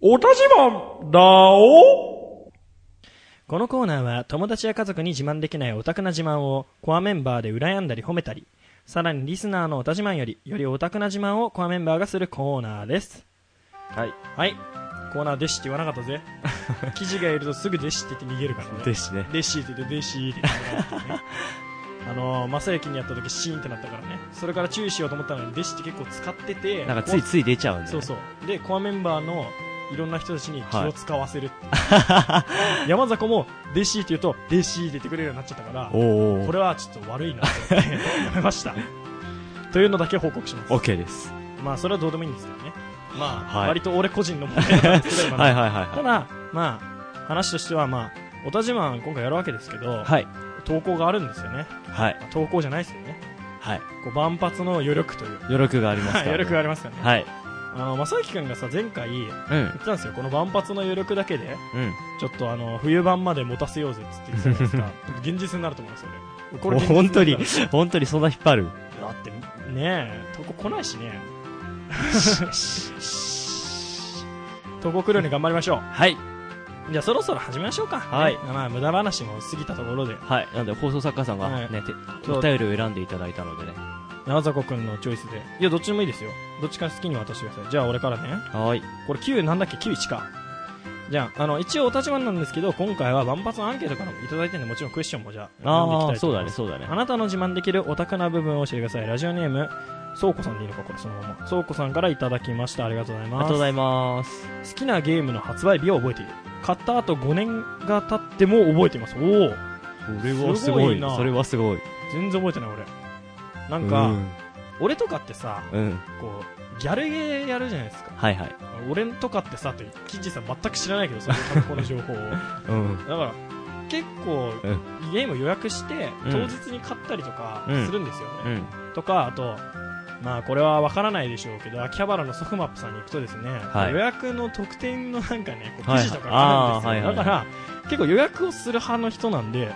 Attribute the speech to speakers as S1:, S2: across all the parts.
S1: おたじまんだお
S2: このコーナーは友達や家族に自慢できないオタクな自慢をコアメンバーで羨んだり褒めたりさらにリスナーのオタ自慢よりよりオタクな自慢をコアメンバーがするコーナーです
S3: はい。
S2: はいコーナーでしって言わなかったぜ記事がいるとすぐでしって言って逃げるからね
S3: 弟子ね。
S2: でしって言ってでしって言って逃げるからねあのー、正行にやった時シーンってなったからねそれから注意しようと思ったのにでしって結構使ってて
S3: なんかついつい出ちゃうんだよね。
S2: そうそううでコアメンバーのいろんな人たちに気を使わせる、山迫も「弟子」って言うと「弟子」って言ってくれるようになっちゃったから
S3: おーお
S2: こ
S3: ー。
S2: れはちょっと悪いなと思って思いましたというのだけ報告します
S3: オッケーです。
S2: まあそれはどうでもいいんですけどねまあ、
S3: はい
S2: 割と俺個人の問題なんですけど今の
S3: はいはい
S2: た
S3: は
S2: だまあ話としてはまあおたじまん今回やるわけですけど、
S3: い。はい。
S2: 投稿があるんですよね
S3: はい。
S2: 投稿じゃないですよね
S3: はい。
S2: こう万発の余力という
S3: 余力がありますから、
S2: 余力があり
S3: ま
S2: ますよね、
S3: はい。
S2: あの正行君がさ前回言っ
S3: うん。
S2: てたんですよこの万発の余力だけで
S3: うん。
S2: ちょっとあの冬版まで持たせようぜっつって言ってたじゃない ですか現実になると思いますよ俺これ現実
S3: 本当に
S2: なるだ、
S3: 本当にそんな引っ張る。
S2: ってねえ投稿来な いしね投稿来るように頑張りましょ
S3: はい。
S2: うじゃあそろそろ始めましょうか
S3: はい
S2: ねまあ無駄話も過ぎたところで
S3: はい。なんで、放送作家さんが
S2: はい
S3: ね、て
S2: そう
S3: お便りを選んでいただいたのでね。
S2: 長迫君のチョイスでいやどっちでもいいですよどっちか好きに渡してくださいじゃあ俺からね
S3: はい。
S2: これ9なんだっけ91かじゃああの一応お立場なんですけど今回は万発のアンケートからもいただいてるんでもちろんクエスチョンもじゃあ読んでいき
S3: あ
S2: た
S3: あ、
S2: いと
S3: そう
S2: 思い
S3: だ
S2: ま
S3: ね、
S2: す
S3: そうだね
S2: あ。なたの自慢できるオタクな部分を教えてくださいラジオネームそうこさんでいいのかこれそのままそうこさんからいただきましたありがとうござい
S3: あり
S2: ます
S3: がとうございます。
S2: 好きなゲームの発売日を覚えている買った後5年が経っても覚えていますおお
S3: そ
S2: れはすごいな
S3: それはすごい。
S2: 全然覚えてない俺なんか、
S3: うん
S2: 俺とかってさ
S3: うん。
S2: こうギャルゲーやるじゃないですか
S3: はいはい。
S2: 俺とかってさってキッチンさん全く知らないけどそういうこの情報をだか
S3: うん。
S2: ら結構、
S3: うん
S2: ゲーム予約して
S3: うん
S2: 当日に買ったりとかするんですよね、
S3: うん。
S2: とかあとまあこれは分からないでしょうけど秋葉原のソフマップさんに行くとですね、
S3: はい
S2: 予約の特典のなんかねこう
S3: は
S2: 記
S3: い
S2: 事とかがあるんですよ、
S3: あーはいはいはい
S2: だから結構予約をする派の人なんで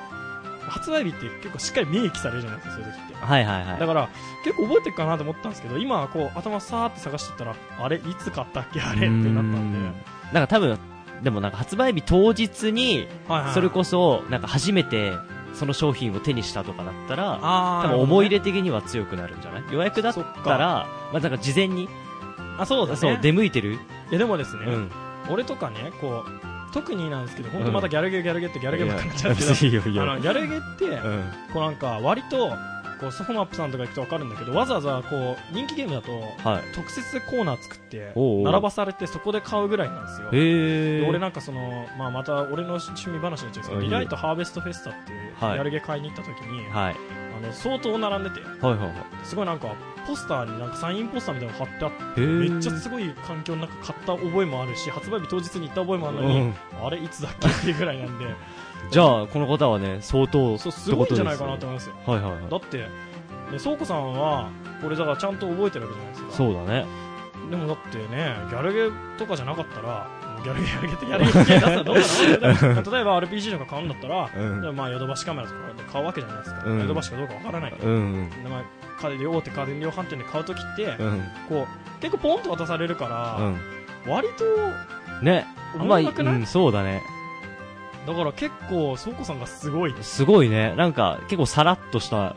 S2: 発売日って結構しっかり明記されるじゃないですかそういう時って
S3: はいはいはい。
S2: だから結構覚えてるかなと思ったんですけど今はこう頭さーって探してったらあれいつ買ったっけあれってなったんで、
S3: うなんか多分、でもなんか発売日当日に、
S2: はいはい
S3: それこそ、なんか初めてその商品を手にしたとかだったら、
S2: あ
S3: 多
S2: ー
S3: 分思い入れ的には強くなるんじゃない予約だった、
S2: そっから
S3: まあなんか事前に、
S2: あそうだね
S3: そう、出向いてる
S2: いやでもです
S3: う
S2: ね、
S3: ん。
S2: 俺とかねこう特になんですけど本当またギャルゲーギャルゲーってギャルゲーばっかりになっちゃうんですけ
S3: いやいやい
S2: ど
S3: や
S2: あのギャルゲーって、
S3: うん。
S2: こうなんか割とこうソフマップさんとか行くと分かるんだけどわざわざこう人気ゲームだと
S3: はい。
S2: 特設コーナー作って
S3: おうおう
S2: 並ばされてそこで買うぐらいなんですよ
S3: へ
S2: で
S3: ー。
S2: 俺なんかその、まあ、また俺の趣味話になっちゃうんですけ
S3: う
S2: ど
S3: ん
S2: リライトハーベストフェスタっていう
S3: はい
S2: やるゲ買いに行った時に、
S3: はい。
S2: あの相当並んでて
S3: はいはいはい。
S2: すごいなんかポスターになんかサインポスターみたいなの貼ってあって
S3: へ
S2: め
S3: ー
S2: っちゃすごい環境の中買った覚えもあるし発売日当日に行った覚えもあるの
S3: う
S2: に、
S3: ん。
S2: あれいつだっけっていうぐらいなんで
S3: じゃあ、この方はね、相当、
S2: そうすごいんじゃないかなと
S3: って
S2: 思いますよ
S3: ことですよね。はいはいは
S2: だ
S3: い。
S2: って、ね、倉庫さんはこれだからちゃんと覚えてるわけじゃないですか
S3: そうだね。
S2: でもだってねギャルゲーとかじゃなかったらもうギャルゲーやるゲーってギャルゲー出すのどうかな って例えば RPG とか買うんだったら、
S3: うん
S2: でもまあヨドバシカメラとかで買うわけじゃないですか、
S3: うん
S2: ヨドバシかどうかわからないけど、
S3: うん。
S2: でまあ家電量大手家電量販店で買うときって、
S3: うん。
S2: こう結構ポンと渡されるから、割と
S3: うん。ね。
S2: 思わなく
S3: う
S2: ない、
S3: ん、そうだね。
S2: だから結構倉庫さんがすごい
S3: すごいね。なんか、結構さらっとした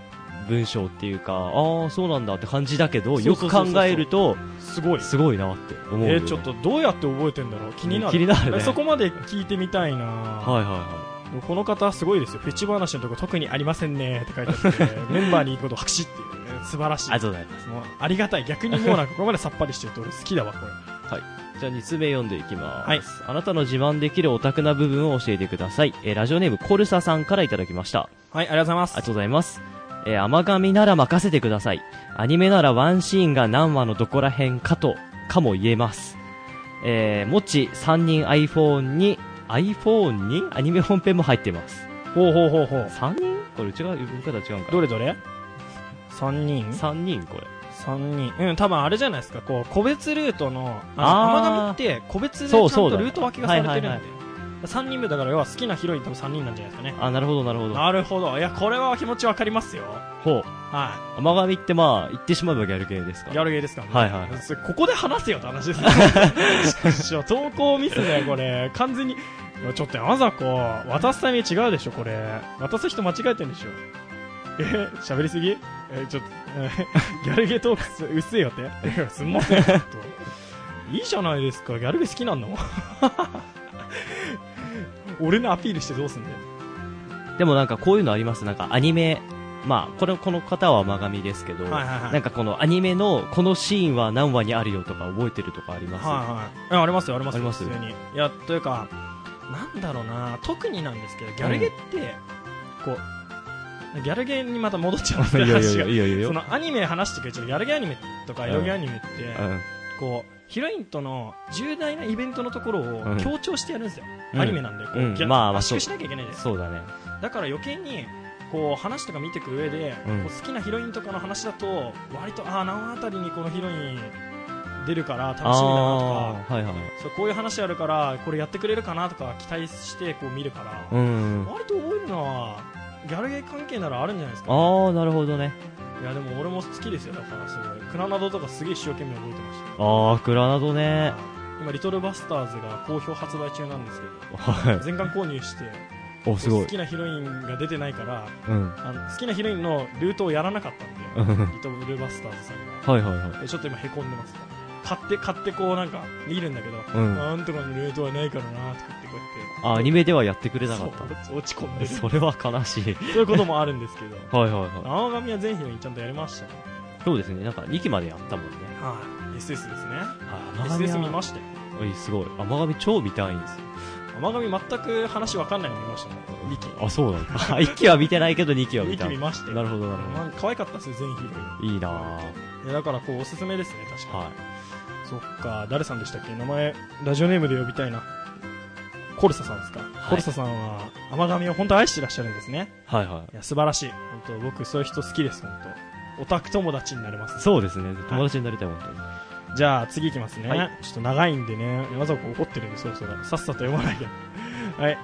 S3: 文章っていうか、ああ、そうなんだって感じだけど、
S2: そう
S3: よ
S2: そ
S3: く
S2: うそうそ
S3: 考
S2: う
S3: えると、
S2: すごい
S3: すごいなって思うよ
S2: え
S3: ね。
S2: ーちょっとどうやって覚えてんだろう気になる
S3: 気になるね
S2: そこまで聞いてみたいな、
S3: はいはいは
S2: この方すごいですよフェチ話のとこ特にありませんねって書いてあって メンバーに言うこと白紙っていう、ね、素晴らし
S3: い。
S2: い
S3: ありがとうございます。
S2: もうありがたい逆にもうなんかここまでさっぱりしてると俺好きだわこれ
S3: じゃあ2つ目読んでいきます。
S2: はい
S3: あなたの自慢できるオタクな部分を教えてください。えーラジオネームコルサさんからいただきました。
S2: はいありがとうございま
S3: ありが
S2: す
S3: とうございます。えー、甘神なら任せてください。アニメならワンシーンが何話のどこら辺かと、かも言えます。えー、もち3人 iPhone に、iPhone にアニメ本編も入ってます。
S2: ほうほうほうほう
S3: 3人これ違う、呼び方違うんか
S2: どれどれ3人
S3: な。3人これ。
S2: 3人うん多分あれじゃないですかこう個別ルートのあの
S3: あー
S2: 甘神って個別でちゃ
S3: そ
S2: ん
S3: うそう
S2: と
S3: だ
S2: ルート分けがされてるんで
S3: はいはいはい
S2: 3人目だから要は好きなヒロイン多分3人なんじゃないですかね
S3: あ、なるほど、なるほど。
S2: なるほどいやこれは気持ちわかりますよ
S3: ほう。
S2: は
S3: 甘神ってまあ、言ってしまえばギャル系ですか
S2: いギャルゲーですからね、
S3: はいはいは
S2: それここで話せよって話ですねち ょっと投稿ミスだよこれ完全にいやちょっとあざこ渡すタイミング違うでしょこれ渡す人間違えてるんでしょえ喋りすぎえちょっと、 えギャルゲートークス薄いよっていやすんませんちょっといいじゃないですかギャルゲー好きなんだもん 俺のアピールしてどうすんだよ
S3: でもなんかこういうのあります。なんかアニメ、まあ、これ、この方は甘神ですけど、
S2: はいはいはい
S3: なんかこのアニメのこのシーンは何話にあるよとか覚えてるとかあります、
S2: はいはい、あありますよあります
S3: あ
S2: よ
S3: ります
S2: 普通にいやというかなんだろうな特になんですけどギャルゲって、こうギャルゲにまた戻っちゃうんです
S3: いやいや
S2: よ
S3: いや
S2: 話 が
S3: いやいやいや
S2: そのアニメ話してくれちゃうギャルゲアニメとか
S3: うん
S2: ヨゲアニメって、
S3: うん
S2: こうヒロインとの重大なイベントのところ
S3: う
S2: を
S3: ん
S2: 強調してやるんですよ、
S3: うん
S2: アニメなんでこう、
S3: うん
S2: ギャ
S3: まあまあ
S2: 圧縮し
S3: そ
S2: なきゃいけないんです
S3: そうだね。
S2: だから余計にこう話とか見ていく上で、
S3: うん
S2: こう好きなヒロインとかの話だと割とああ何話あたりにこのヒロイン出るから楽しみだなとか
S3: あーはいはい。
S2: そうこういう話あるからこれやってくれるかなとか期待してこう見るから、
S3: うん。
S2: 割と覚えるのはギャルゲー関係ならあるんじゃないですか
S3: ああ、なるほどね。
S2: いやでも俺も好きですよだからすごいクラナドとかすげえ一生懸命覚えてまし
S3: ああ、グラナド
S2: た、
S3: ね。
S2: 今リトルバスターズが好評発売中なんですけ
S3: は
S2: ど全巻購入して
S3: い。お、すご
S2: 好
S3: い。
S2: きなヒロインが出てないから
S3: うん。
S2: あの好きなヒロインのルートをやらなかったんで
S3: うん
S2: リトルバスターズさんが
S3: はいはいはい。
S2: でちょっと今へこんでます買って買ってこうなんか見るんだけど、
S3: うん
S2: なんとかのルートはないからなとか言ってこうやって
S3: あ、アニメではやってくれなかっ
S2: そう落ち込んで
S3: た。
S2: る
S3: それは悲しい。
S2: そういうこともあるんですけど
S3: はいはいは
S2: 青髪は全ヒロインちゃんとやりましたね
S3: い。そうですね。なんか2期までやったもんね。
S2: はい SS ですね
S3: はい、
S2: SS 見ま
S3: し
S2: したよ
S3: い、すごい。甘神超見たいんですよ。
S2: 甘髪全く話わかんないの見ましたね2期
S3: あ、そうなんだ。1期は 見てないけど2期は見
S2: 2
S3: た。
S2: 期
S3: な
S2: 見
S3: る
S2: まして
S3: ほど、なる
S2: まあ可愛かったですよ全ヒロイ
S3: ほど。いいなぁ。
S2: ンいやだからこうおすすめですね確かに、
S3: はい。
S2: そっか誰さんでしたっけ名前ラジオネームで呼びたいなコルサさんですか、コルサさんは甘髪を本当愛してらっしゃるんですね
S3: はいはい
S2: や素晴らしい本当僕そういう人好きです本当オタク友達になれます
S3: い。そうですね。友達になりたい、本当に。
S2: じゃあ次いきますね、
S3: はい
S2: ちょっと長いんでね山崎怒ってるんでそろそろさっさと読まなきゃ はい、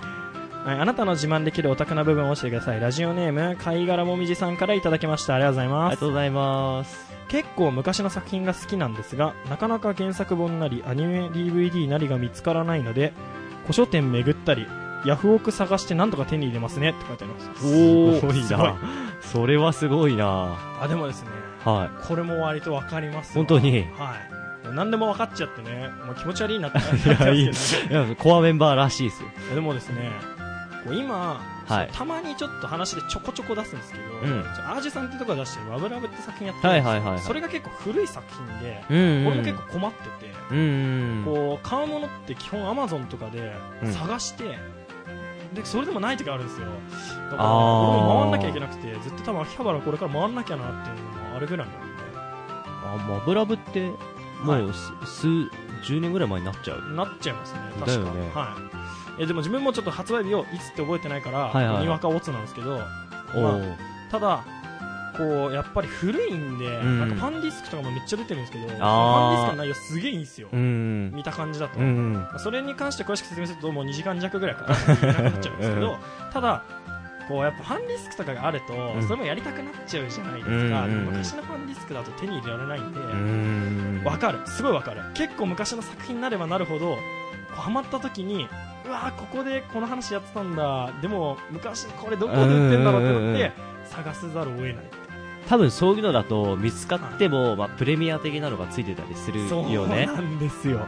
S2: はい、あなたの自慢できるお宅な部分を教えてくださいラジオネーム貝殻もみじさんからいただきましたありがとうござい
S3: あ
S2: ま
S3: りが
S2: す
S3: とうございます。
S2: 結構昔の作品が好きなんですがなかなか原作本なりアニメ DVD なりが見つからないので古書店巡ったりヤフオク探してなんとか手に入れますねって書いてあります
S3: すごい
S2: す
S3: なそれはすごいな
S2: あでもですね
S3: は
S2: これも割と分かります
S3: 本当に
S2: はい何でも分かっちゃってねもう気持ち悪いなって
S3: い。いや、い
S2: い
S3: い。いや、コアメンバーらしいですよ。
S2: いやでもですねこう今、
S3: はい
S2: たまにちょっと話でちょこちょこ出すんですけど、
S3: ん
S2: ちょアージュさんってとこが出してる「ラブラブ」って作品やって
S3: は
S2: るん
S3: い
S2: です
S3: は
S2: よ
S3: いはいはい
S2: それが結構古い作品で、
S3: うんうん。
S2: 俺も結構困ってて、
S3: うんうん。
S2: こう買うものって基本アマゾンとかで
S3: うん
S2: 探して、でそれでもない時あるんですよだから、
S3: あー
S2: 俺も回んなきゃいけなくてずっと多分秋葉原これから回んなきゃなっていうのもあるぐらいなんで
S3: あ、マブラブって、もう、す数、10年ぐらい前になっちゃう。
S2: なっちゃいますね、確
S3: だ
S2: か
S3: よね
S2: はい、えでも自分もちょっと発売日をいつって覚えてないから、
S3: はいはいはい
S2: にわかオツなんですけど、
S3: お
S2: まあ
S3: ー
S2: ただ、こうやっぱり古いんで、
S3: ん
S2: なんかファンディスクとかもめっちゃ出てるんですけど、ファンデ
S3: あー
S2: ィスクの内容、すげえいいんですよ、
S3: うん。
S2: 見た感じだと、
S3: うんうん。
S2: それに関して詳しく説明すると、もう2時間弱ぐらいかかってなくなっちゃうんですけど、ただ、こうやっぱファンディスクとかがあると、
S3: ん
S2: それもやりたくなっちゃうじゃないですか、
S3: うんうんうん
S2: でも昔のファンディスクだと手に入れられないんで。
S3: うん
S2: わかるすごいわかる結構昔の作品になればなるほどこうハマった時にうわーここでこの話やってたんだでも昔これどこで売ってんだろうって
S3: うんうんう
S2: 思
S3: ん
S2: っ
S3: うん
S2: て探せざるを得ない
S3: 多分そういうのだと見つかっても、まあ、プレミア的なのがついてたりする
S2: そ
S3: よ
S2: う
S3: ね
S2: なんですよ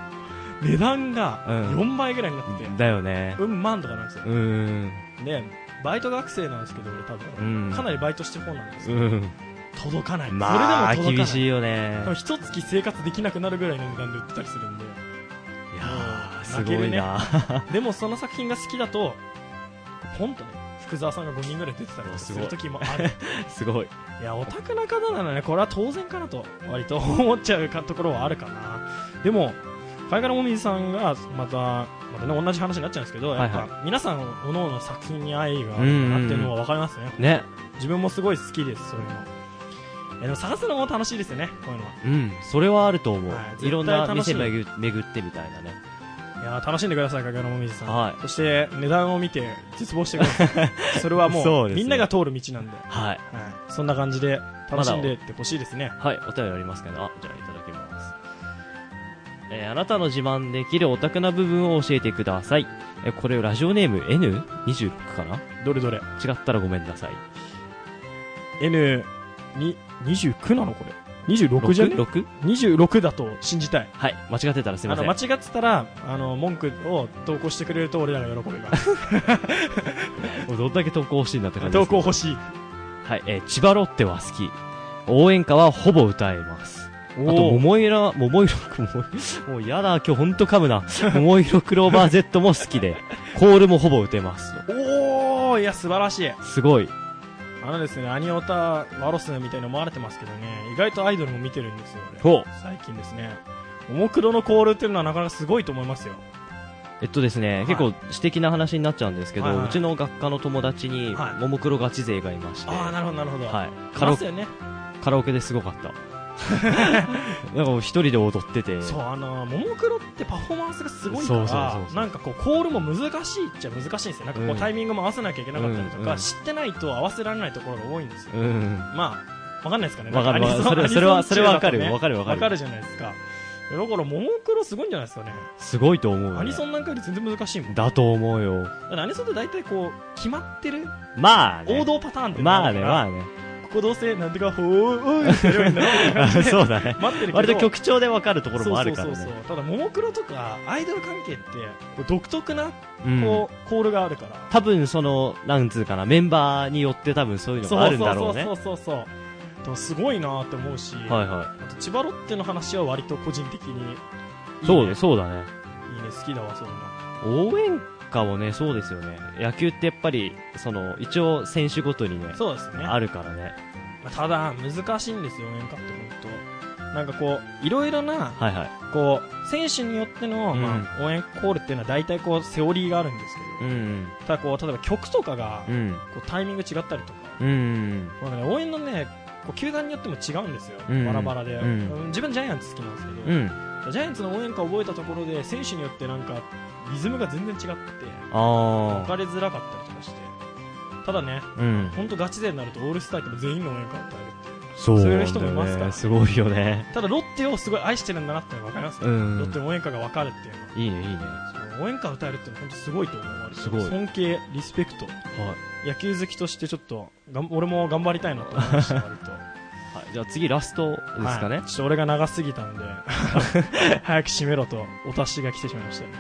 S2: 値段が
S3: うん
S2: 4倍ぐらいになってて
S3: だよね
S2: うん万とかなんですよ
S3: うーん
S2: でバイト学生なんですけど俺多
S3: う
S2: 分
S3: ん
S2: かなりバイトしてる方なんです
S3: う
S2: よ
S3: ん
S2: 届かないそれでも
S3: まあ
S2: 届か
S3: 厳
S2: な
S3: し
S2: い
S3: いよね
S2: 多分一月生活できなくなるぐらいの値段で売ってたりするんで
S3: いやーす
S2: 泣け
S3: ご
S2: る
S3: い
S2: ね
S3: な
S2: でもその作品が好きだとポンとね福沢さんが5人ぐらい出てたりとかする時もある
S3: すごい
S2: いやオタクな方ならねこれは当然かなと割と 思っちゃうかところはあるかなでも貝殻もみじさんがまたまたね同じ話になっちゃうんですけどやっ
S3: はい
S2: ぱ皆さん各々作品に愛があるなっていうのは分かりますね
S3: ね
S2: 自分もすごい好きですそういうのいやでも探すのも楽しいですよねこういうのは
S3: うんそれはあると思う、
S2: はい
S3: い、ろんな
S2: 絶対楽しい
S3: 店巡巡ってみたいなね
S2: いやー楽しんでください、かけのもみじさん、
S3: はい
S2: そして値段を見て絶望してくださ い、それはも
S3: そううですね
S2: みんなが通る道なんで、は
S3: はい。
S2: い、そんな感じで楽しんでってほしいですね。
S3: はい、お便りありますかね。あ、じゃあいただきます。えーあなたの自慢できるオタクな部分を教えてください。えーこれ、ラジオネーム N?26 かな
S2: どれどれ、
S3: 違ったらごめんなさい。
S2: N29 なの、これ、26じゃね
S3: 6?
S2: 26だと信じたい。
S3: はい、間違ってたらすい
S2: あ
S3: ませ
S2: の
S3: ん。
S2: 間違ってたらあの文句を投稿してくれると俺らが喜びます。
S3: もうどんだけ投稿欲しいんだって感じで
S2: 投
S3: すけ
S2: 稿
S3: ど。
S2: 欲しい。
S3: はい、えー千葉ロッテは好き。応援歌はほぼ歌えます。あと、
S2: おー
S3: 桃色、桃色、 桃色もうやだ、今日ほんと噛むな。桃色クローバー Z も好き で、コールもほぼ打てます。
S2: おーいや素晴らしい。
S3: すごい。
S2: あのですね、アニオタワロスみたいに思われてますけどね、意外とアイドルも見てるんですよ、俺
S3: ほう。
S2: 最近ですね。ももクロのコールっていうのはなかなかすごいと思いますよ。
S3: えっとですね、
S2: い
S3: 結構私的な話になっちゃうんですけど、
S2: はいはいう
S3: ちの学科の友達に、
S2: はい
S3: ももクロガチ勢がいまして、
S2: ああ、
S3: は
S2: なるほど、なるほど。い。
S3: い、カラオ
S2: ますよね。
S3: カラオケですごか った。なんかもう一人で踊ってて、
S2: そう、あのー、ももクロってパフォーマンスがすごいから、
S3: そうそうそうそう
S2: なんかこう、コールも難しいっちゃ難しいんですよ。なんかこ
S3: う
S2: う、
S3: ん
S2: タイミングも合わせなきゃいけなかったりとか、
S3: うんうん
S2: 知ってないと合わせられないところが多いんですよ。
S3: うん、
S2: まあ、わかんないですかね。
S3: わかる
S2: なんアニソン
S3: わかるそれは
S2: アニソン
S3: それはわかる
S2: 中だとね
S3: わかるわかる
S2: わかるじゃないですか。だから、ももクロすごいんじゃないですかね。
S3: すごいと思うよね、
S2: アニソンなんかより全然難しいもん。
S3: だと思うよ。
S2: だからアニソンって大体こう、決まってる
S3: まあね。
S2: 王道パターンって
S3: まあね、ま
S2: あ、
S3: あね。
S2: ここどうせ、なんとか、ほー、おーいってやればいいんだろうみたいな感じで
S3: そうだ ね。
S2: 待ってるけど。
S3: 割と曲調でわかるところもあるからね。
S2: そうそうそうそうただ、ももクロとか、アイドル関係って、こう独特な、
S3: うん
S2: こう、コールがあるから。
S3: 多分その、なんつうかな、メンバーによって多分そういうの
S2: そう
S3: があるんだろうね。
S2: そうそうそうそう。だからすごいなーって思うし、
S3: はいは
S2: あと千葉ロッテの話は割と個人的にいいね、
S3: い。そうだ、そうだね。
S2: いいね、好きだわ、そういうの。
S3: 応援歌もね、そうですよね。野球ってやっぱり、その、一応選手ごとにね、
S2: そうですね。
S3: あるからね。
S2: まあただ、難しいんですよ、演歌って本当。なんかこう、いろいろな、
S3: はいはい。
S2: こう、選手によっての、
S3: うん
S2: まあ、応援コールっていうのは大体こう、セオリーがあるんですけ
S3: う
S2: ど、
S3: ん。
S2: ただこう、例えば曲とかが、
S3: う
S2: こ
S3: ん。
S2: うタイミング違ったりとか、
S3: うん。
S2: まあね、応援のね、こう球団によっても違うんですよ、
S3: うん
S2: バラバラで、
S3: うん
S2: うん自分ジャイアンツ好きなんですけ
S3: う
S2: ど、
S3: ん。
S2: ジャイアンツの応援歌を覚えたところで、選手によってなんか、リズムが全然違って、分
S3: ああ。
S2: かりづらかったりとかして、ただね、
S3: うん。
S2: 本当ガチ勢になるとオールスターでも全員の応援歌を歌えるっていう。
S3: そう
S2: う
S3: だ
S2: だよね
S3: よね。すごいよね。
S2: ただロッテをすごい愛してるんだなってのが分かりますね、
S3: うん
S2: ロッテの応援歌が分かるっていうの
S3: いいね、いいね。
S2: はその応援歌を歌えるっていうのは本当すごいと思う割と
S3: すごい
S2: 尊敬リスペクト
S3: は
S2: 野球好きとしてちょっとがん俺も頑張りたいなと思いました割と
S3: い。はい。じゃあ次、ラストですかね
S2: はい。ちょっと俺が長すぎたんで 早く締めろとお達しが来てしまいましたね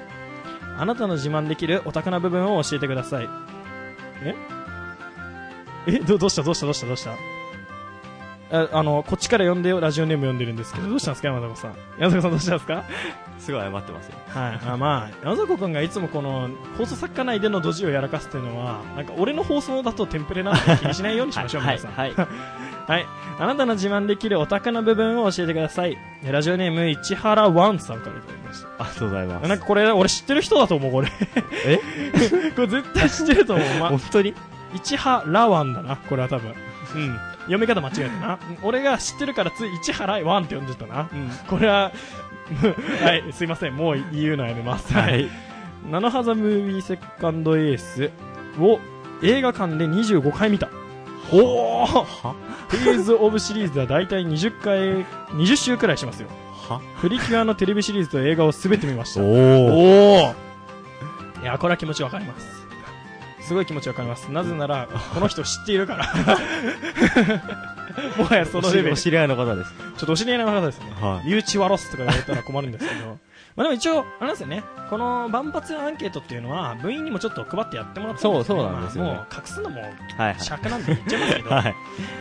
S2: あなたの自慢できるオタクな部分を教えてくださいええどどうしたどうしたどうしたどうしたああのこっちから呼んでよラジオネーム呼んでるん ですけどどうしたんですか山迫さん山迫さんどうしたんですか
S3: すごい謝ってますよ。
S2: はい、あまあ、山里君がいつもこの放送作家内でのドジをやらかすというのは、なんか俺の放送だとテンプレなんで気にしないようにしましょう、
S3: はい、
S2: 皆さん。
S3: はい。はい
S2: はい。あなたの自慢できるオタクな部分を教えてください。ラジオネーム、市原ワンさんからいただきました。
S3: ありがとうございます。
S2: なんかこれ、俺知ってる人だと思う、これ。
S3: え
S2: これ絶対知ってる と思う。ま、
S3: 本当に
S2: 市原ワンだな、これは多分。うん。読み方間違えたな。うん俺が知ってるからつい市原ワンって呼んじゃったな。うん。これは、 はい、すいません。もう言うのやめます。
S3: はい。
S2: ナノハザムービーセカンドエースを映画館で25回見た。おおフェーズオブシリーズは大体20回、20週くらいしますよ。
S3: は
S2: プリキュアのテレビシリーズと映画を全て見ました。
S3: おー。
S2: おいや、これは気持ちわかります。すごい気持ちわかります。なぜなら、この人知ってい るから。もはやそのレベル。
S3: お
S2: ちょ
S3: 知り合いの方です。
S2: っとお知り合いの方ですね。
S3: は
S2: 誘致はロスとか言われたら困るんですけ ど。まあでも一応、あれなんですよね。この万発アンケートっていうのは、部員にもちょっと配ってやってもらったんですけ
S3: そ
S2: ど
S3: うそうなんですよね
S2: まあもう隠すのも
S3: い。はい。
S2: 尺なんで言っちゃいますけど。
S3: はい。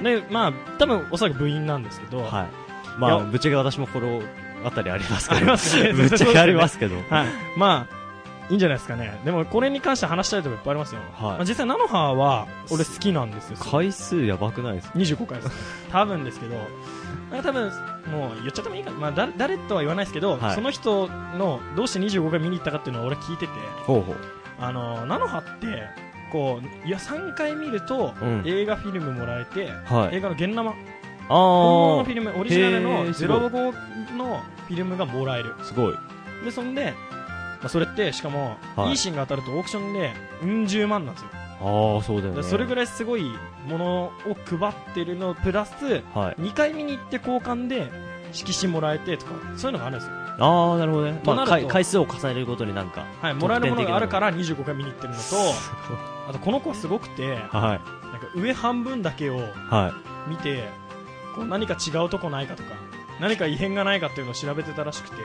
S2: で、まあ、多分おそらく部員なんですけど。
S3: はい。まあ、ぶっちゃけ私も心当たりありますけど。
S2: ありますね
S3: ぶっちゃけありますけど。
S2: はい。まあ、いいんじゃないですかね。でもこれに関して話したいとこいっぱいありますよ。
S3: はい
S2: まあ実際、菜の葉は、俺好きなんですよ。
S3: 回数やばくないですか
S2: 25回です。 多分ですけど、なんか多分、もう言っちゃってもいいかな。まあ、だ誰とは言わないですけど、
S3: はい
S2: その人の、どうして25回見に行ったかっていうのは俺聞いてて、
S3: ほうほう。
S2: あの、菜の葉って、こう、いや、3回見ると、
S3: うん
S2: 映画フィルムもらえて、
S3: はい。
S2: 映画の現生、
S3: あ
S2: 本物の
S3: ー
S2: フィルム、オリジナル
S3: へ
S2: の
S3: ーす
S2: ゼ
S3: ごい
S2: ロ5のフィルムがもらえる。
S3: すごい。
S2: で、そんで、まあ、それってしかも、
S3: はい
S2: い、いシーンが当たるとオークションでうん十万なんですよ、だか
S3: ああそうだよね
S2: らそれぐらいすごいものを配ってるのプラス
S3: はい
S2: 2回見に行って交換で色紙もらえてとかそういうのがあるんですよ、
S3: ああなるほどね、
S2: と
S3: ま
S2: な
S3: あ、
S2: る
S3: 回
S2: と
S3: 回数を重ねるごとになんか
S2: はい、もらえるものがあるから25回見に行ってるのとあとこの子はすごくてなんか
S3: はい
S2: 上半分だけを
S3: はい
S2: 見てこう何か違うとこないかとか何か異変がないかっていうのを調べてたらしくて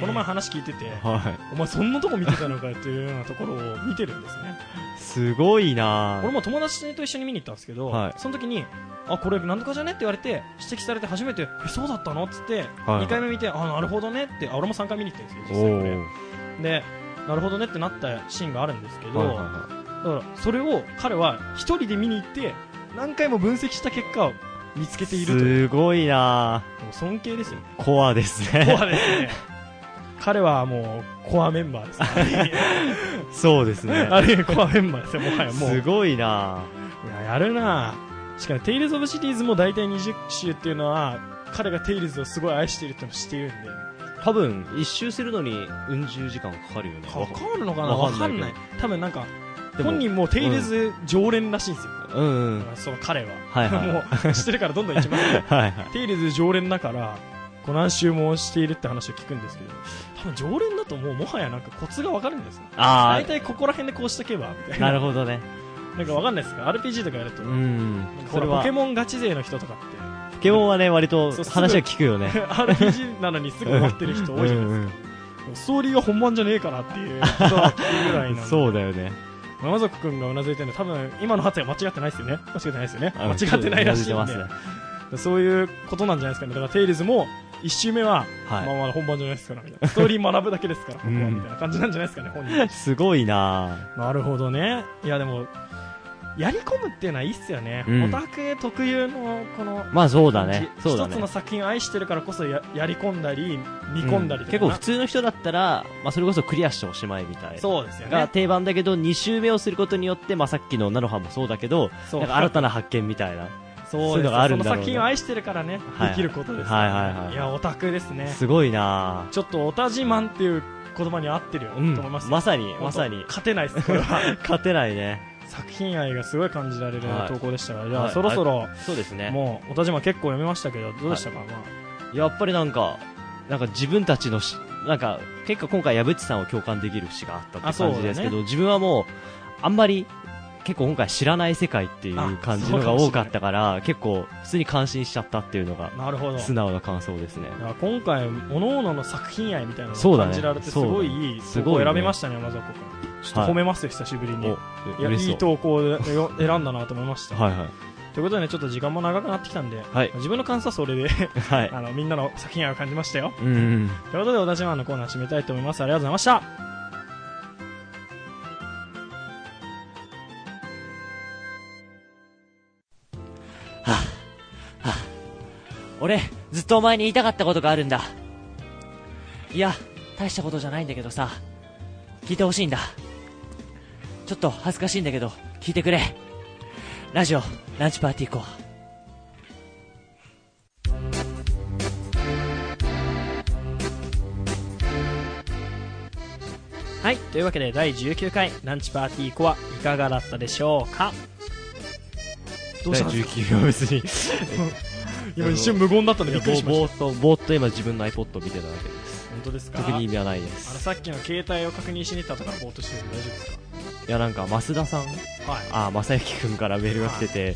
S2: この前話聞いてて
S3: は
S2: お前そんなとこ見てたのかっていうようなところを見てるんですね
S3: いすごいな
S2: 俺も友達と一緒に見に行ったんですけど、
S3: はい
S2: その時にあこれなんとかじゃねって言われて指摘されて初めてえそうだったのっつって、
S3: はい
S2: 2回目見てあなるほどねってあ俺も3回見に行ってるんです
S3: お
S2: よ実際これでなるほどねってなったシーンがあるんですけど、
S3: おはいはいは
S2: だからそれを彼は1人で見に行って何回も分析した結果見つけて
S3: い
S2: いるという
S3: すごいな
S2: もう尊敬ですよね
S3: コアです
S2: コ
S3: ね
S2: アですね彼はもうコアメンバーです、ね、
S3: そうですね
S2: あるいはコアメンバーですよもはやもう
S3: すごいない
S2: や、やるなしかも、テイルズ・オブ・シリーズも大体20周っていうのは、彼がテイルズをすごい愛しているっていうのを知っているんで。
S3: 多分一周するのにうん十時間かかるよね
S2: わかるのかな
S3: わ
S2: わ
S3: か
S2: か
S3: ん
S2: ん
S3: な
S2: ないい。多分なんか、
S3: でも
S2: 本人もテイルズ常連らしいんですよ。
S3: うんうん
S2: だからその彼は。
S3: はいはい
S2: もう、知ってるからどんどん行きます ね
S3: はいはい
S2: テイルズ常連だから、こう何周もしているって話を聞くんですけど、多分常連だともうもはやなんかコツがわかるんですね。
S3: あ
S2: 大体ここら辺でこうしとけば、みた
S3: あ
S2: いな。
S3: なるほどね
S2: なんかわかんないですか ?RPG とかやると。
S3: う
S2: なんか
S3: んそ
S2: ほ
S3: れ
S2: らポ
S3: は
S2: ケモンガチ勢の人とかって、
S3: ポケモンはね割と
S2: そうすぐ
S3: 話が聞くよね
S2: RPG なのにすぐ終わってる 人多いじゃないですか
S3: うんうん
S2: ストーリーが本番じゃねえかなっ ていうことは聞くぐらいなの
S3: そうだよね
S2: 山崎君がうなずいてるのは多分今の発言は間違ってないですよね間違ってないですよね
S3: あ
S2: 間
S3: の
S2: 違ってないらしい
S3: ちょ
S2: ん
S3: っとう
S2: で
S3: なずてま
S2: そういうことなんじゃないですかねだからテイルズも1周目は、
S3: すはい
S2: まあまだ本番じゃないですからみたいなストーリー学ぶだけですからここは
S3: うん
S2: みたいな感じなんじゃないですかね本人
S3: すごいな
S2: なるほどねいやでもやり込むっていうのはいいっすよね、
S3: うん
S2: オタク特有のこの
S3: まあそうだね
S2: 感じ
S3: そうだ
S2: 一つ
S3: ね
S2: の作品を愛してるからこそややり込んだり見込んだ
S3: う
S2: りと
S3: ん
S2: か
S3: 結
S2: な、
S3: 構普通の人だったら、まあ、それこそクリアしておしまいみたいな
S2: そうですよ
S3: が
S2: ね
S3: 定番だけど2周目をすることによって、まあ、さっきの菜の葉もそうだけど
S2: そ
S3: な
S2: うん
S3: か新たな発見みたいな
S2: そ
S3: そ
S2: う
S3: ういう
S2: です
S3: のがあるんだろうね
S2: その作品を愛してるからね、
S3: はい
S2: できることです、
S3: はいはいはい
S2: やオタクですね
S3: すごいな
S2: ちょっとオタ自慢っていう言葉に合ってるよ、
S3: うん
S2: と思いますよ
S3: まさに
S2: 本当
S3: まさに
S2: 勝てないですこれは
S3: 勝てないね
S2: 作品愛がすごい感じられる
S3: はい
S2: 投稿でしたから、じゃあ、
S3: はい
S2: そろそろ、
S3: そうですね
S2: もうオタ自慢結構読みましたけどどうでしたか、ま
S3: やっぱりなんかなんか自分たちのしなんか結構今回矢渕さんを共感できる詩があったって
S2: あそう
S3: 感
S2: だね
S3: じですけど、自分はもうあんまり結構今回知らない世界っていう感じのが多かったから結構普通に感心しちゃったっていうのが
S2: あ、なるほど
S3: 素直な感想ですね
S2: いや今回おののの作品愛みたいなの
S3: そ
S2: を
S3: うだね
S2: 感じられてすごいいい
S3: そうだね
S2: 投稿を選びましたね山里君ちょっと
S3: はい
S2: 褒めますよ、久しぶりにい
S3: お
S2: や
S3: 嬉し
S2: い
S3: そう
S2: い投稿をよ選んだなと思いました、
S3: はいはい
S2: ということでねちょっと時間も長くなってきたんで、
S3: はい
S2: 自分の感想はそれで
S3: はい
S2: あのみんなの作品愛を感じましたよ。
S3: うんうん
S2: ということで、私はあのコーナー締めたいと思います。ありがとうございました。
S4: 俺ずっとお前に言いたかったことがあるんだいや大したことじゃないんだけどさ聞いてほしいんだちょっと恥ずかしいんだけど聞いてくれラジオランチパーティーコア
S2: はい、というわけで第19回ランチパーティーコはいかがだったでしょうかどうしたんですか
S3: 19は別に
S2: 今一瞬無言だったんでびっくりしまし
S3: ぼーっとぼーっと今自分の iPod を見てただけです
S2: た。本当ですか
S3: 特に意味はないで
S2: あの
S3: す
S2: さっきの携帯を確認しに行ったとからぼーっとしてるんで大丈夫です
S3: いやなんか増田さん
S2: かはい。
S3: あ正幸君からメールが来てて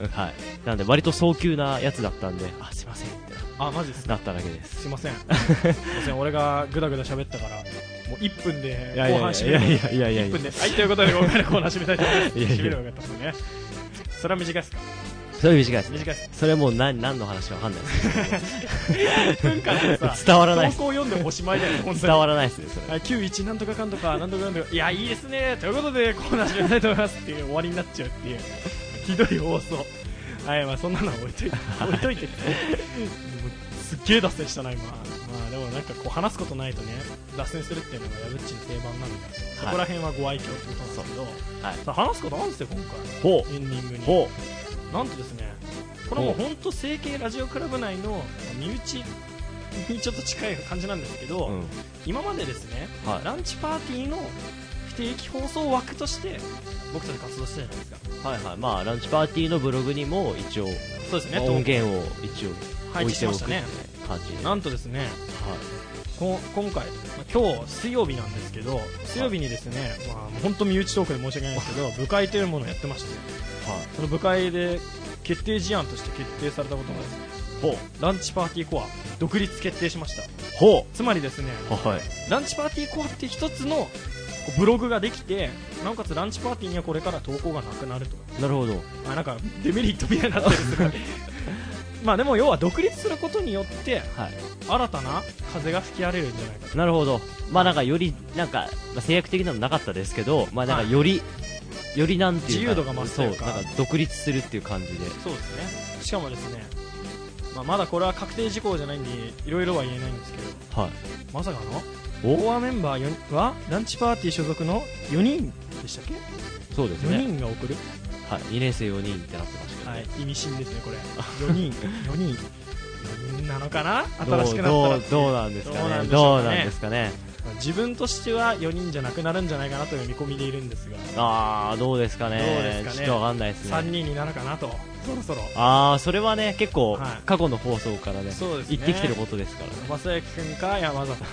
S3: うんはいなんで割と早急なやつだったんであすいませんって
S2: あ、マジですか
S3: なっただけです
S2: すい ません。すいません、俺がぐだぐだ喋ったから、もう1分で
S3: いやい
S2: 後
S3: や
S2: 半
S3: い
S2: 締め
S3: や
S2: る
S3: いやいやいや
S2: 1
S3: い
S2: 分
S3: や
S2: で。はい、ということで今回のコーナー締めたいと思います。
S3: いやいや
S2: 締めればよかったですね。それは短いですか
S3: それ短いです
S2: 短いです。
S3: それもう何何の話か分かんないです
S2: 1分間でさ、
S3: 伝わらないです
S2: 投稿読んでおしまいだよね、本当に
S3: 伝わらないですねそれ
S2: あ91なんとかかんとかなんとかなんとかいやいいですねということでコーナー始めたいと思いますっていう終わりになっちゃうっていうひどい放送はいまあそんなのは置いといて置いといてってもうすっげえ脱線したな今まあでもなんかこう話すことないとね脱線するっていうのが矢口の定番なんで、そこら辺はご愛嬌ってことなんですけど、
S3: はい
S2: さあ話すことあるんですよ今
S3: ほ
S2: 回エンディングに
S3: ほ
S2: なんとですねこれはもう本当整形ラジオクラブ内の身内にちょっと近い感じなんですけど、
S3: うん
S2: 今までですね、
S3: はい
S2: ランチパーティーの不定期放送枠として僕たち活動してたじゃないですか
S3: はいはいまあランチパーティーのブログにも一応、
S2: そうですね
S3: まあ音源を一応
S2: 配
S3: 置
S2: 置
S3: い
S2: して
S3: てお
S2: ま
S3: くっ
S2: し
S3: たて
S2: ね
S3: 感じで、
S2: な
S3: はい、
S2: んとですねこ今回、まあ今日水曜日なんですけど水曜日にですね、まあ、本当身内トークで申し訳ないんですけど部会というものをやってまして
S3: はい、
S2: その部会で決定事案として決定されたことがですね
S3: ほう
S2: ランチパーティーコア独立決定しました
S3: ほ
S2: つまりですね
S3: うはい
S2: ランチパーティーコアって一つのこうブログができてなおかつランチパーティーにはこれから投稿がなくなると
S3: なるほど
S2: あなんかデメリットみたいになってるす ごいまあでも要は独立することによって
S3: はい
S2: 新たな風が吹き荒れるんじゃないかと
S3: なるほど、まあ、なんかよりなんか、まあ、制約的なのなかったですけど、まあ、なんかより、よりなんていうか
S2: 自由度が増すというか
S3: そうなんか独立するっていう感じで、
S2: そうですねしかもですね、まあ、まだこれは確定事項じゃないんでいろいろは言えないんですけど
S3: はい、
S2: まさかの
S3: お
S2: コアメンバー4はランチパーティー所属の4人でしたっけ
S3: そうです
S2: 4
S3: ね、
S2: 人が送る、
S3: はい、2年生4人ってなってましたけど、
S2: は
S3: ね
S2: い、意味深ですね これ4人4人4人なのかな
S3: どう
S2: 新しくなったら
S3: どうどうなんですかね、
S2: ど
S3: ど
S2: う
S3: う
S2: な
S3: なんん
S2: で
S3: で
S2: し
S3: すかね、
S2: 自分としては4人じゃなくなるんじゃないかなという見込みでいるんですが、
S3: あー、どうですかね、
S2: どうですかね
S3: ちょっとわかんないです
S2: 3
S3: ね、
S2: 人になるかなとそろそろ
S3: あー、それはね、結構
S2: はい、
S3: 過去の放送からね、
S2: そうですね
S3: 言ってきてることですからね、
S2: 正行君か山里君か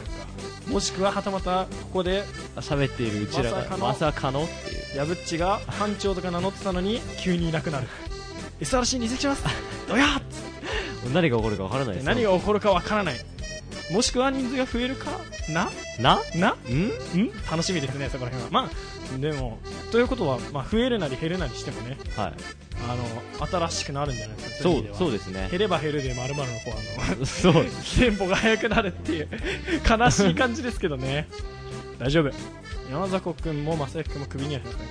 S2: もしくははたまたここで
S3: 喋っているうちら
S2: まさか
S3: が、
S2: の
S3: まさかのっていう、
S2: やぶっちが班長とか名乗ってたのに急にいなくなる SRC に移籍しますどやっつっ
S3: 何が起こるかわからないで
S2: て
S3: す
S2: 何が起こるかわからないもしくは人数が増えるかな
S3: なん
S2: なん楽しみですねそこら辺はまあでもということは、まあ、増えるなり減るなりしてもね
S3: はい、
S2: あの新しくなるんじゃないですか
S3: そうそう
S2: う
S3: ですね。
S2: 減れば減るでまるまるの子はあの
S3: そう
S2: テンポが速くなるっていう悲しい感じですけどね大丈夫山迫君も正行君もクビにはしませんか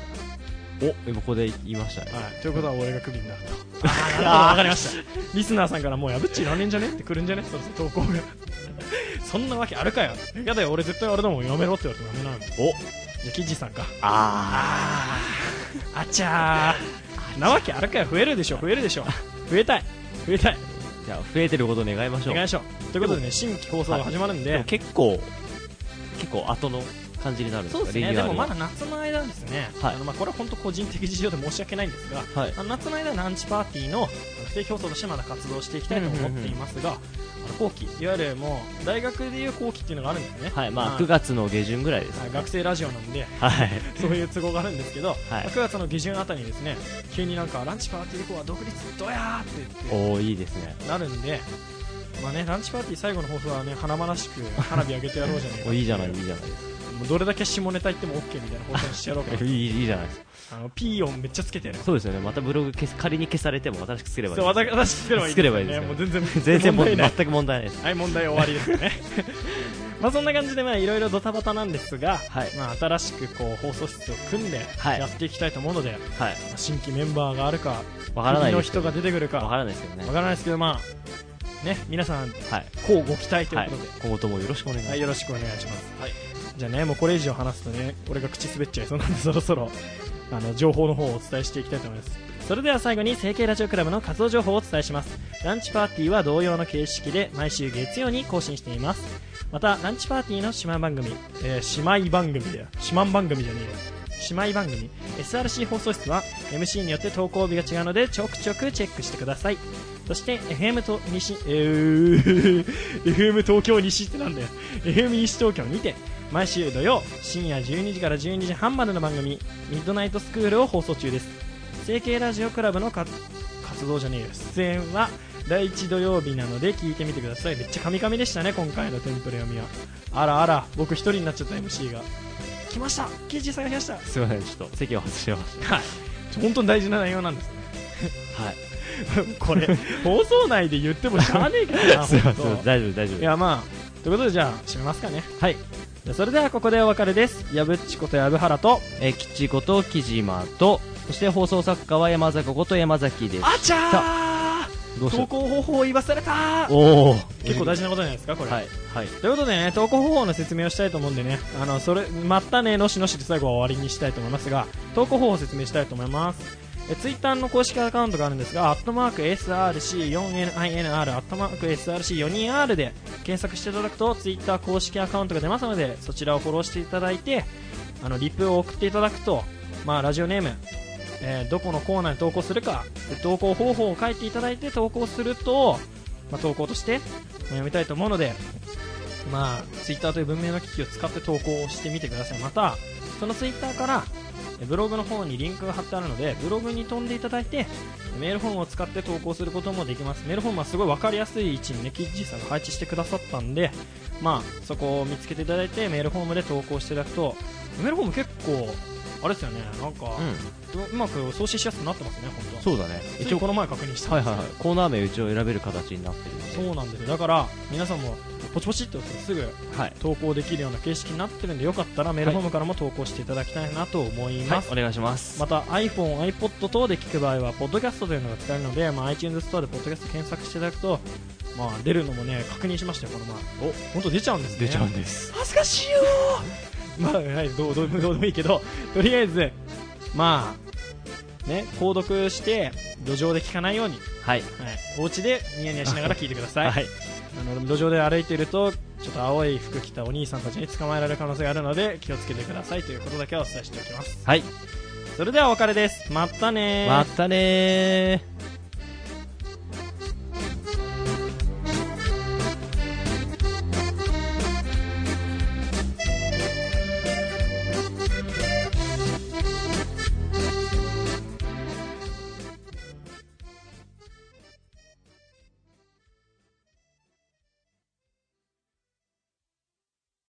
S3: お今ここで言いましたね
S2: ら、はい、ということは俺がクビになると ああ分かりましたリスナーさんからもうやぶっちいらねえんじゃねってくるんじゃねそろそろ投稿がそんなわけあるかよやだよ俺絶対俺でもやめろって言われてもやめなんで
S3: お
S2: じゃあキッジさんか
S3: あ
S2: あーあちゃーなわけあるかよ増えるでしょ増えるでしょ増えたい増えたい
S3: ーじゃあ増えてることを願いましょ
S2: お
S3: う
S2: 願いしょうということでね新規放送が始まるんで、
S3: でも結構結構後の感じになるんです
S2: そう
S3: か
S2: です
S3: リニ
S2: ね、
S3: ュー
S2: で
S3: アル
S2: も
S3: は
S2: まだ夏の間ですね、
S3: はい
S2: あのまあこれは本当個人的事情で申し訳ないんですが、
S3: はい
S2: あの夏の間はランチパーティーのあの不定期放送としてまだ活動していきたいと思っていますが、あの後期、いわゆるもう大学でいう後期っていうのがあるんですね、
S3: はいまあ
S2: あ
S3: 9月の下旬ぐらいです
S2: あ
S3: ね
S2: 学生ラジオな んで、
S3: はい
S2: そういう都合があるんですけど、まあ9
S3: い
S2: 月の下旬あたりにですね急になんかランチパーティー以降は独立、どやーって言っ
S3: おおいいですね
S2: てなるんで。まあね、ランチパーティー最後の放送はね華々しく花火上げてやろうじゃないかっ て
S3: お
S2: う
S3: いいじゃないいいじゃないです
S2: もうどれだけ下ネタ言っても OK みたいな放送にしてやろうかな
S3: か いいいいじゃないですか
S2: あのピー音めっちゃつけてる。
S3: そうですよねまたブログ消す仮に消されても新しく作ればいい
S2: そう私私作ればいいんで
S3: 作
S2: すよね。も
S3: ればいいですね
S2: う全然
S3: 全然も
S2: 問題ない。
S3: 全く問題ないです
S2: はい問題終わりですよね。 まあそんな感じでまあいろいろドタバタなんですが、
S3: はい
S2: まあ新しくこう放送室を組んで
S3: はい
S2: やっていきたいと思うので、
S3: はい
S2: まあ新規メンバーがあるか、
S3: わからない
S2: 次の
S3: です
S2: 人が出てくるか、
S3: わ
S2: わ
S3: か
S2: から
S3: ないですけどねは
S2: らないですけどまあね皆さん
S3: い
S2: こうご期待と
S3: は
S2: いう
S3: い
S2: ことで。
S3: 今後ともよろしくお願いし
S2: は
S3: ま
S2: い、
S3: す
S2: よろしくお願いします、じゃあねもうこれ以上話すとね俺が口滑っちゃいそうなんでそろそろあの情報の方をお伝えしていきたいと思いますそれでは最後に成形ラジオクラブの活動情報をお伝えしますランチパーティーは同様の形式で毎週月曜に更新していますまたランチパーティーの姉妹番組、えー姉妹番組だよ姉妹番組じゃねえよ姉妹番組 SRC 放送室は MC によって投稿日が違うのでちょくちょくチェックしてくださいそして FM と西、えー、FM 東京西ってなんだよ FM 西東京にて毎週土曜深夜12時から12時半までの番組「ミッドナイトスクール」を放送中です成形ラジオクラブの活活動じゃねえよ出演は第1土曜日なので聞いてみてくださいめっちゃカミカミでしたね今回のテンプレ読みはあらあら僕一人になっちゃった MC が来ました刑事さんが来ました
S3: すいませんちょっと席を外してまし
S2: はい本当に大事な内容なんです
S3: たはい
S2: これ放送内で言ってもしゃあねえからな
S3: すいま
S2: 本当
S3: せん大丈夫大丈夫
S2: いやまあということでじゃあ締めますかね
S3: はい
S2: じゃあそれではここでお別れです矢ぶっちこと矢ぶはらと
S3: えー、吉こと木島とそして放送作家は山崎こと山崎です
S2: あちゃ
S3: ど
S2: ー投稿方法を言わされたー
S3: おお
S2: 結構
S3: 大
S2: 大事なことじゃないですかこれ、
S3: はいはい
S2: ということでね投稿方法の説明をしたいと思うんでねあのそれまったねのしのしで最後は終わりにしたいと思いますが投稿方法を説明したいと思いますえツイッターの公式アカウントがあるんですが、アットマーク SRC4NINR、アットマーク SRC4NR で検索していただくと、ツイッター公式アカウントが出ますので、そちらをフォローしていただいて、あのリプを送っていただくと、まあ、ラジオネーム、えーどこのコーナーに投稿するか、で投稿方法を書いていただいて投稿すると、まあ、投稿として、まあ読みたいと思うので、まあ、ツイッターという文明の機器を使って投稿をしてみてください。また、そのツイッターから、えブログの方にリンクが貼ってあるので、ブログに飛んでいただいて、メールフォームを使って投稿することもできます。メールフォームはすごい分かりやすい位置にね、キッジーさんが配置してくださったんで、まあ、そこを見つけていただいて、メールフォームで投稿していただくと、メールフォーム結構、あれですよね、なんか、うまく送信しやすくなってますね、本当。
S3: そうだね
S2: 一応この前確認したん
S3: は
S2: で
S3: い
S2: すけど
S3: はいはいコーナー名一応選べる形になってるので
S2: そうなんですよだから皆さんもポチポチって押すとすぐ
S3: はい
S2: 投稿できるような形式になってるんでよかったらメールフォームからも投稿していただきたいなと思い
S3: は
S2: ます、
S3: いお願いします
S2: また iPhone、iPod 等で聞く場合はポッドキャストというのが使えるので、まあ、iTunes ストアでポッドキャスト検索していただくと、まあ、出るのもね確認しましたよ、この前お本当出ちゃうんですね
S3: です
S2: 恥ずかしいよー まあ、はい、どうどうどうでもいいけどとりあえずまあね購読して路上で聞かないように
S3: はい
S2: はい、お家でニヤニヤしながら聞いてください、
S3: はい
S2: あの路上で歩いているとちょっと青い服着たお兄さんたちに捕まえられる可能性があるので気をつけてくださいということだけはお伝えしておきます
S3: はい
S2: それではお別れですまたねー
S3: またねー